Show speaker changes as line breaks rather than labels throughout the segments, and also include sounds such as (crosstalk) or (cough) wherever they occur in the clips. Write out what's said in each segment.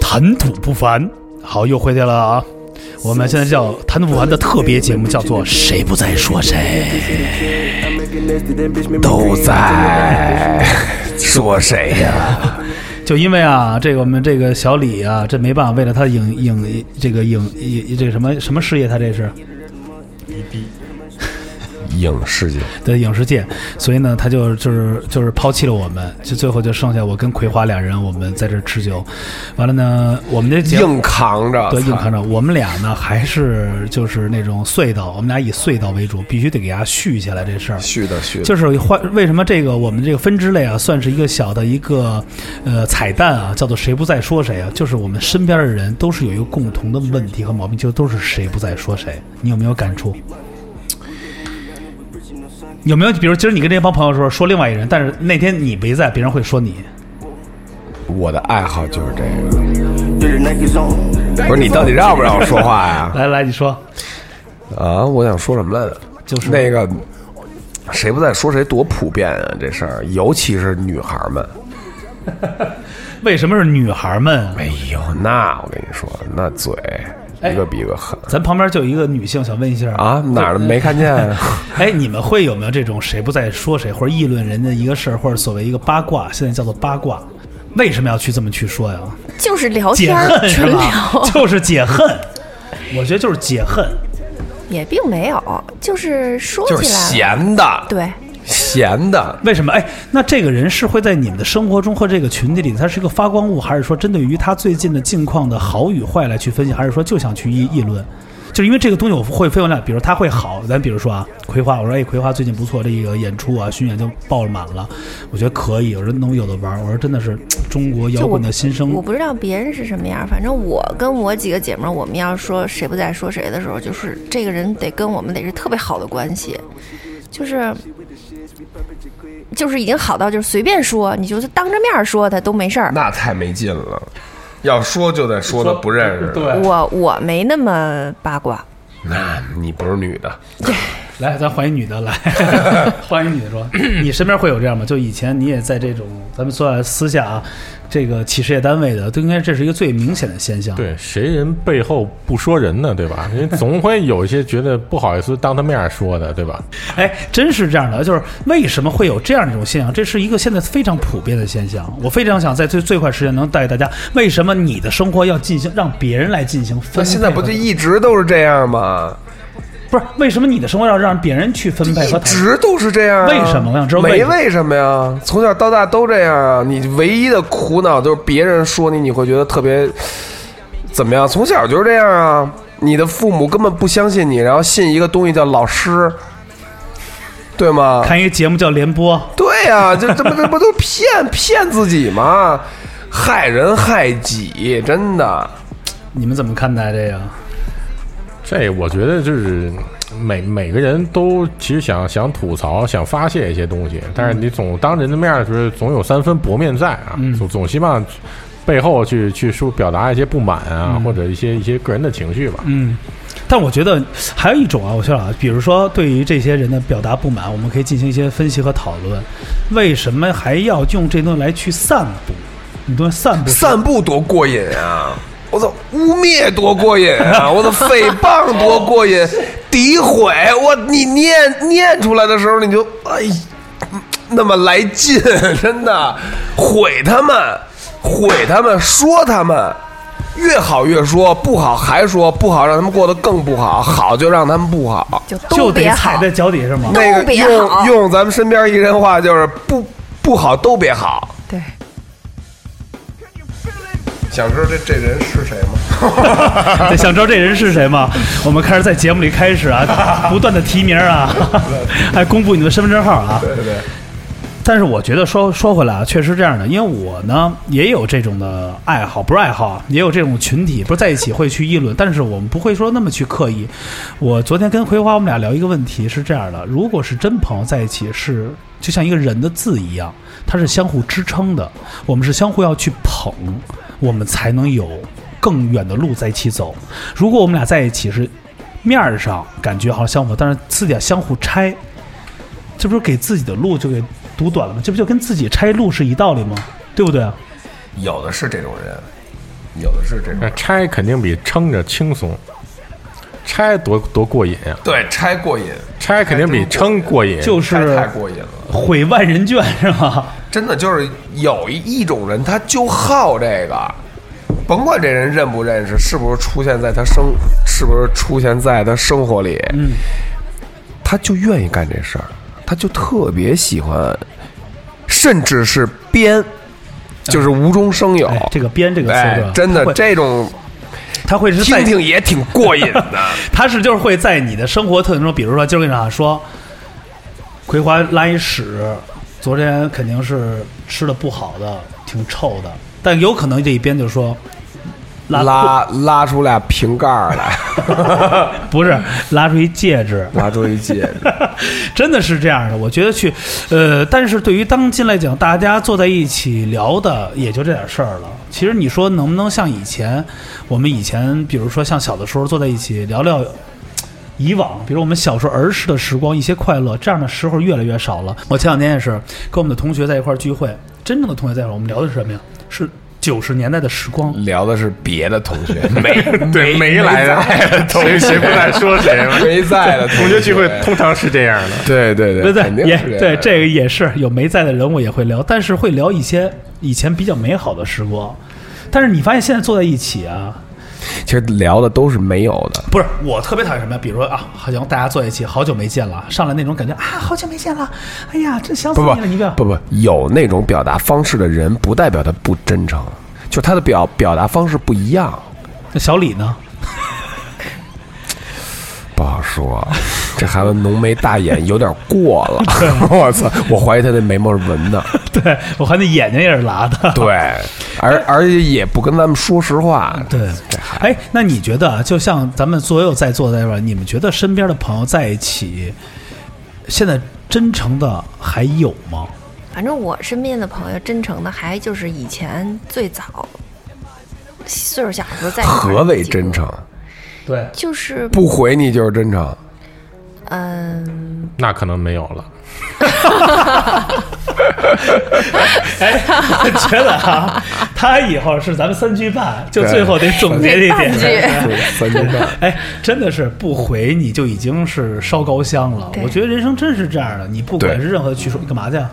谈吐不凡。好，又回来了啊！我们现在叫谈吐不凡的特别节目，叫做《谁不在说谁
都在 (laughs) 说谁呀、》。
就因为啊，这个我们这个小李啊，这没办法，为了他影影这个影影这个什么什么事业，他这是
影视界
的影视界，所以呢，他就就是就是抛弃了我们，就最后就剩下我跟葵花俩人，我们在这儿吃酒。完了呢，我们这节目
硬扛着，
对，硬
操
扛着。我们俩呢，还是就是那种隧道，我们俩以隧道为主，必须得给它续下来这事儿。
续的续的，
就是换为什么这个我们这个分支类啊，算是一个小的一个呃彩蛋啊，叫做谁不再说谁啊，就是我们身边的人都是有一个共同的问题和毛病，就都是谁不再说谁。你有没有感触？有没有？比如今儿你跟这帮朋友说说另外一人，但是那天你没在，别人会说你。
我的爱好就是这个。不
不
是你到底让不让我说话呀？
来来，你说，
(laughs) 啊，我想说什么来着？
就是
那个谁不在说谁多普遍啊，这事儿，尤其是女孩儿们。
为什么是女孩们啊？
哎呦，哎那我跟你说，那嘴一个比一个狠、
咱旁边就有一个女性，想问一下
啊！哪儿没看见？啊
(laughs) 哎，你们会有没有这种谁不在说谁，或者议论人家一个事儿，或者所谓一个八卦，现在叫做八卦，为什么要去这么去说呀？
就是聊
解
天儿
恨是
纯
吧？
聊，
(laughs) 就是解恨，我觉得就是解恨。
也并没有，就是说
(laughs) 就是
起来了
闲的，
对，
闲的。
为什么？哎，那这个人是会在你们的生活中或这个群体里，他是一个发光物，还是说针对于他最近的境况的好与坏来去分析，还是说就想去议议论？就是因为这个东西我会分为两，比如他会好，咱比如说啊，葵花，我说哎，葵花最近不错，这个演出啊，巡演就爆满了，我觉得可以，我说能有的玩儿，我说真的是中国摇
就我
滚的新生
我不知道别人是什么样，反正我跟我几个姐们儿，我们要说谁不在说谁的时候，就是这个人得跟我们得是特别好的关系，就是。就是已经好到就是随便说，你就是当着面儿说他都没事儿。
那太没劲了。要说就得说的不认识的，
我我没那么八卦，
那你不是女的，
来，咱换一女的来， (laughs) 换一女的说，你身边会有这样吗？就以前你也在这种咱们算私下啊，这个企事业单位的，都应该这是一个最明显的现象。，
对，谁人背后不说人呢？对吧？因 (laughs) 为总会有一些觉得不好意思当他面说的，对吧？
哎，真是这样的，就是为什么会有这样一种现象？这是一个现在非常普遍的现象。我非常想在最最快时间能带给大家，为什么你的生活要进行让别人来进行分
那
配？
现在不就一直都是这样吗？
不是为什么你的生活要让别人去分配
一
和讨论？
直都是这样啊、
为什么我想知道为
没
什么
为什么呀？从小到大都这样啊！你唯一的苦恼就是别人说你，你会觉得特别怎么样？从小就是这样啊！你的父母根本不相信你，然后信一个东西叫老师，对吗？
看一个节目叫《联播》，
对呀、这这不这不都骗骗自己吗？害人害己，真的。
你们怎么看待这个？
这我觉得就是嗯每每个人都其实想想吐槽、想发泄一些东西，但是你总当人的面儿的时候，总有三分薄面在啊，总总希望背后去去说表达一些不满啊，或者一些一些个人的情绪吧。
嗯，但我觉得还有一种啊，我觉得啊，比如说对于这些人的表达不满，我们可以进行一些分析和讨论。为什么还要用这东西来去散布？你东西散布是
散步多过瘾啊！我操，污蔑多过瘾啊！我操，诽谤多过瘾，诋毁我你念念出来的时候你就哎，那么来劲，真的毁他们，毁他们，说他们。越好越说，不好还说不好，让他们过得更不好，好就让他们不好。
就
就
都
得
别
踩
好
在。脚底上吗？
那
都
个
别
用
好
用咱们身边一人话就是不不好都别好。
对，
想知道这这人是谁吗？ (laughs)
对想知道这人是谁吗？我们开始在节目里开始啊，不断的提名
(laughs)
啊，还公布你的身份证号啊。
对对。
但是我觉得说说回来啊，确实这样的，因为我呢也有这种的爱好，不是爱好啊，也有这种群体，不是在一起会去议论，但是我们不会说那么去刻意。我昨天跟葵花我们俩聊一个问题是这样的，如果是真朋友在一起是。就像一个人的字一样，它是相互支撑的。我们是相互要去捧，我们才能有更远的路在一起走。如果我们俩在一起是面儿上感觉好像相符，但是私底下相互拆，这不是给自己的路就给堵短了吗？这不就跟自己拆路是一道理吗？对不对？
有的是这种人，有的是这种
那
人。
拆肯定比撑着轻松，拆多多过瘾啊！
对，拆过瘾，
拆肯定比撑过瘾，
就
拆
是
太过瘾了。
毁万人卷是吧？
真的就是有一一种人，他就好这个，甭管这人认不认识，是不是出现在他生，是不是出现在他生活里，嗯，他就愿意干这事儿，他就特别喜欢，甚至是编，就是无中生有。
哎，这个编这个词
哎
对吧？
真的
他会
这种
(laughs) 他会是在
听听也挺过瘾的。
他是就是会在你的生活特点中，比如说今儿跟你讲说，葵花拉一屎，昨天肯定是吃的不好的，挺臭的，但有可能这一边就说 (laughs) 拉
拉拉出俩瓶盖儿来， (laughs)
不是拉出一戒指，
拉出一戒指，
真的是这样的。我觉得去，呃，但是对于当今来讲，大家坐在一起聊的也就这点事儿了。其实你说能不能像以前，我们以前，比如说像小的时候坐在一起聊聊。以往，比如我们小时候儿时的时光，一些快乐，这样的时候越来越少了。我前两天也是跟我们的同学在一块儿聚会，真正的同学在一块儿，我们聊的是什么呀？是九十年代的时光。
聊的是别的同学，没
对没来的同学谁不在说谁嘛？
没在的
同学聚会通常是这样的，
对对对
对
肯
对
定
也
是
对
样
这个也是有没在的人我也会聊，但是会聊一些以前比较美好的时光。但是你发现现在坐在一起啊，
其实聊的都是没有的。
不是我特别讨厌什么呀？比如说啊，好像大家坐在一起好久没见了，上来那种感觉啊，好久没见了，哎呀，真想死
不
你
不
了，你不要
不不，有那种表达方式的人，不代表他不真诚，就他的表表达方式不一样，
那小李呢？ (laughs)
不好说。这孩子浓眉大眼有点过了， (laughs) 我操！我怀疑他那眉毛是纹的，
对我看那眼睛也是拉的。
对，而而且也不跟咱们说实话，
对，哎，那你觉得啊，就像咱们所有在座的吧，你们觉得身边的朋友在一起，现在真诚的还有吗？
反正我身边的朋友，真诚的还就是以前最早岁数小的时候
(laughs)
在一块儿
何为
的几个
真诚？？
对，
就是
不回你就是真诚。
嗯，
那可能没有了。
我 (laughs) 觉得啊，他以后是咱们三句半，就最后得总结这一
对半
点。
(laughs) 对三句半。
(laughs) 哎，真的是不回你就已经是烧高香了。
对
我觉得人生真是这样的，你不管
对
是任何去说，你干嘛去啊？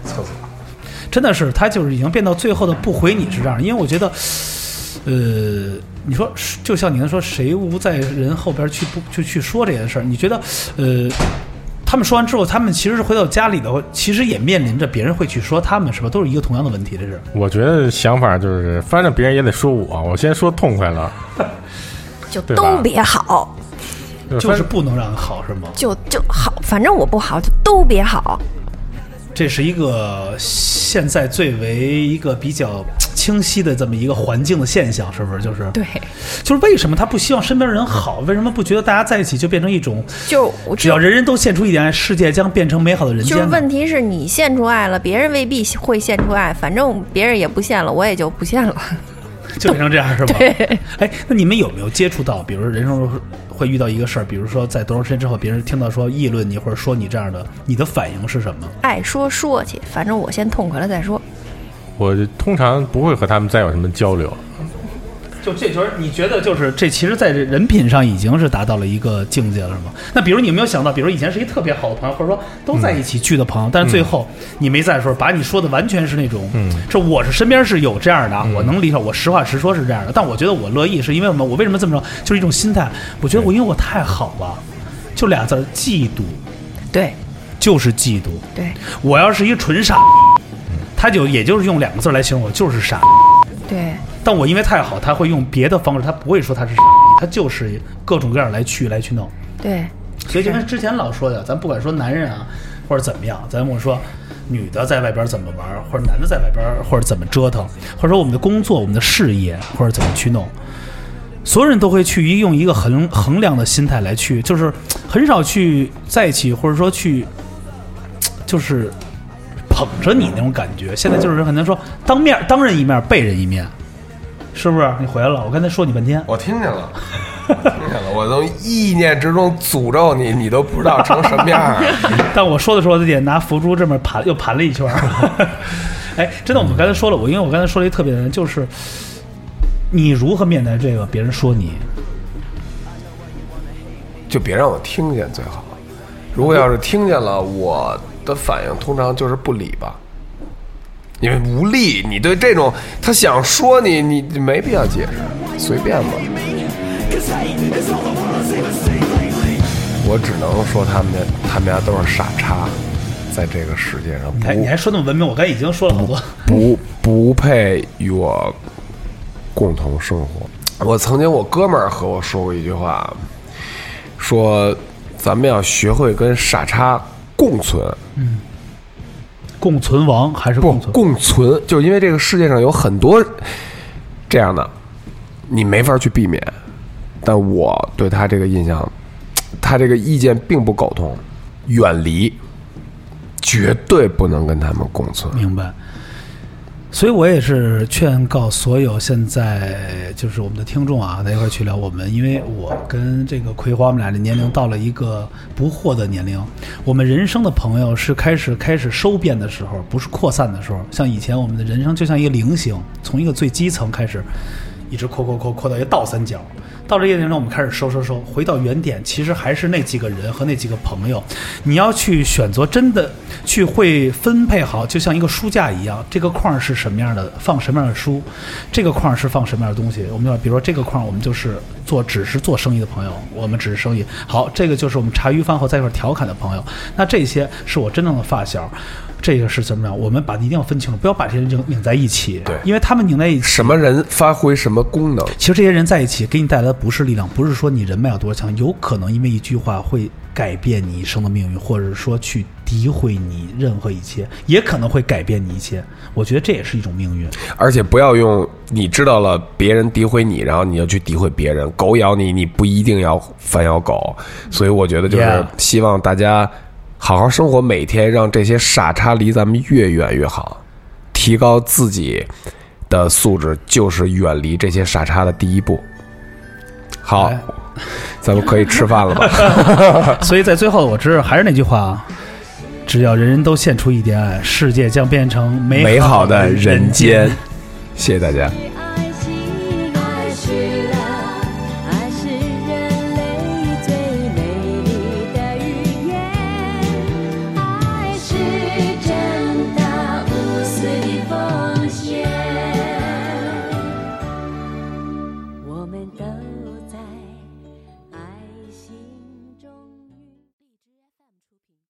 真的是他就是已经变到最后的不回你是这样，因为我觉得，呃，你说就像你刚才说，谁无在人后边去不就去说这件事儿？你觉得，呃，他们说完之后，他们其实是回到家里的话，其实也面临着别人会去说他们是吧？都是一个同样的问题，这是。
我觉得想法就是，反正别人也得说我，我先说痛快了，
就
对
都
吧
别好，
就是不能让人好是吗？
就就好，反正我不好，就都别好。
这是一个现在最为一个比较清晰的这么一个环境的现象，是不是？就是
对，
就是为什么他不希望身边人好？为什么不觉得大家在一起就变成一种，
就我
只要人人都献出一点爱，世界将变成美好的人
就
间
是
呢？
问题是你献出爱了，别人未必会献出爱，反正别人也不献了，我也就不献了。
就变成这样是吧？哎，那你们有没有接触到，比如说人生中会遇到一个事儿，比如说在多长时间之后，别人听到说议论你或者说你这样的，你的反应是什么？
爱说说去，反正我先痛快了再说。
我通常不会和他们再有什么交流。
就这就是你觉得就是这，其实在这人品上已经是达到了一个境界了，是吗？那比如你有没有想到，比如以前是一特别好的朋友，或者说都在一起聚的朋友，但是最后你没在的时候，把你说的完全是那种，嗯，这我是身边是有这样的，啊，我能理解，我实话实说是这样的，但我觉得我乐意，是因为什么？我为什么这么说？就是一种心态，我觉得我因为我太好了，就俩字儿嫉妒，
对
就是嫉妒。
对
我要是一纯傻，他就也就是用两个字儿来形容我，就是傻。
对，
但我因为太好，他会用别的方式，他不会说他是傻逼，他就是各种各样来去来去弄。
对，
所以就跟之前老说的，咱不管说男人啊，或者怎么样，咱我说女的在外边怎么玩，或者男的在外边或者怎么折腾，或者说我们的工作、我们的事业或者怎么去弄，所有人都会去用一个衡衡量的心态来去，就是很少去在一起，或者说去就是捧着你那种感觉。现在就是很难说当面当人一面背人一面，是不是？你回来了，我刚才说你半天。
我听见了，我听见了，我都意念之中诅咒你，你都不知道成什么样儿。 (laughs)
(laughs) 但我说的时候，得拿佛珠这么盘又盘了一圈儿。 (laughs) 哎，真的，我们刚才说了，我因为我刚才说了一特别的人，就是你如何面对这个别人说你，
就别让我听见最好。如果要是听见了，我的反应通常就是不理吧，因为无力。你对这种他想说你，你你没必要解释，随便吧。我只能说他们家他们家都是傻叉，在这个世界上
你哎还你还说那么文明，我刚才已经说了好多。
不不配与我共同生活。我曾经我哥们儿和我说过一句话，说咱们要学会跟傻叉共存，
共存亡还是
不
共存？
共存，就是因为这个世界上有很多这样的，你没法去避免。但我对他这个印象，他这个意见并不苟同，远离，绝对不能跟他们共存。
明白。所以我也是劝告所有现在就是我们的听众啊，在一块儿去聊我们，因为我跟这个葵花，我们俩的年龄到了一个不惑的年龄。我们人生的朋友是开始开始收变的时候，不是扩散的时候。像以前我们的人生就像一个菱形，从一个最基层开始，一直扩扩扩扩到一个倒三角。到了夜店中，我们开始收收收，回到原点，其实还是那几个人和那几个朋友。你要去选择，真的去会分配好，就像一个书架一样，这个框儿是什么样的，放什么样的书，这个框儿是放什么样的东西。我们要比如说这个框，我们就是做只是做生意的朋友，我们只是生意。好，这个就是我们茶余饭后在一块儿调侃的朋友。那这些是我真正的发小。这个是怎么着？我们把一定要分清楚，不要把这些人拧拧在一起。
对
因为他们拧在一起，
什么人发挥什么功能？
其实这些人在一起给你带来的不是力量，不是说你人脉有多强，有可能因为一句话会改变你一生的命运，或者说去诋毁你任何一切，也可能会改变你一切。我觉得这也是一种命
(laughs)
运。
而且不要用你知道了别人诋毁你，然后你就去诋毁别人。狗咬你，你不一定要反咬狗。所以我觉得就是
Yeah
希望大家好好生活，每天让这些傻叉离咱们越远越好，提高自己的素质就是远离这些傻叉的第一步。好
哎，
咱们可以吃饭了 (laughs) 吧？
所以在最后，我知道还是那句话啊，只要人人都献出一点爱，世界将变成美
美好
好
的人
人
(laughs) 间，谢谢大家。
爱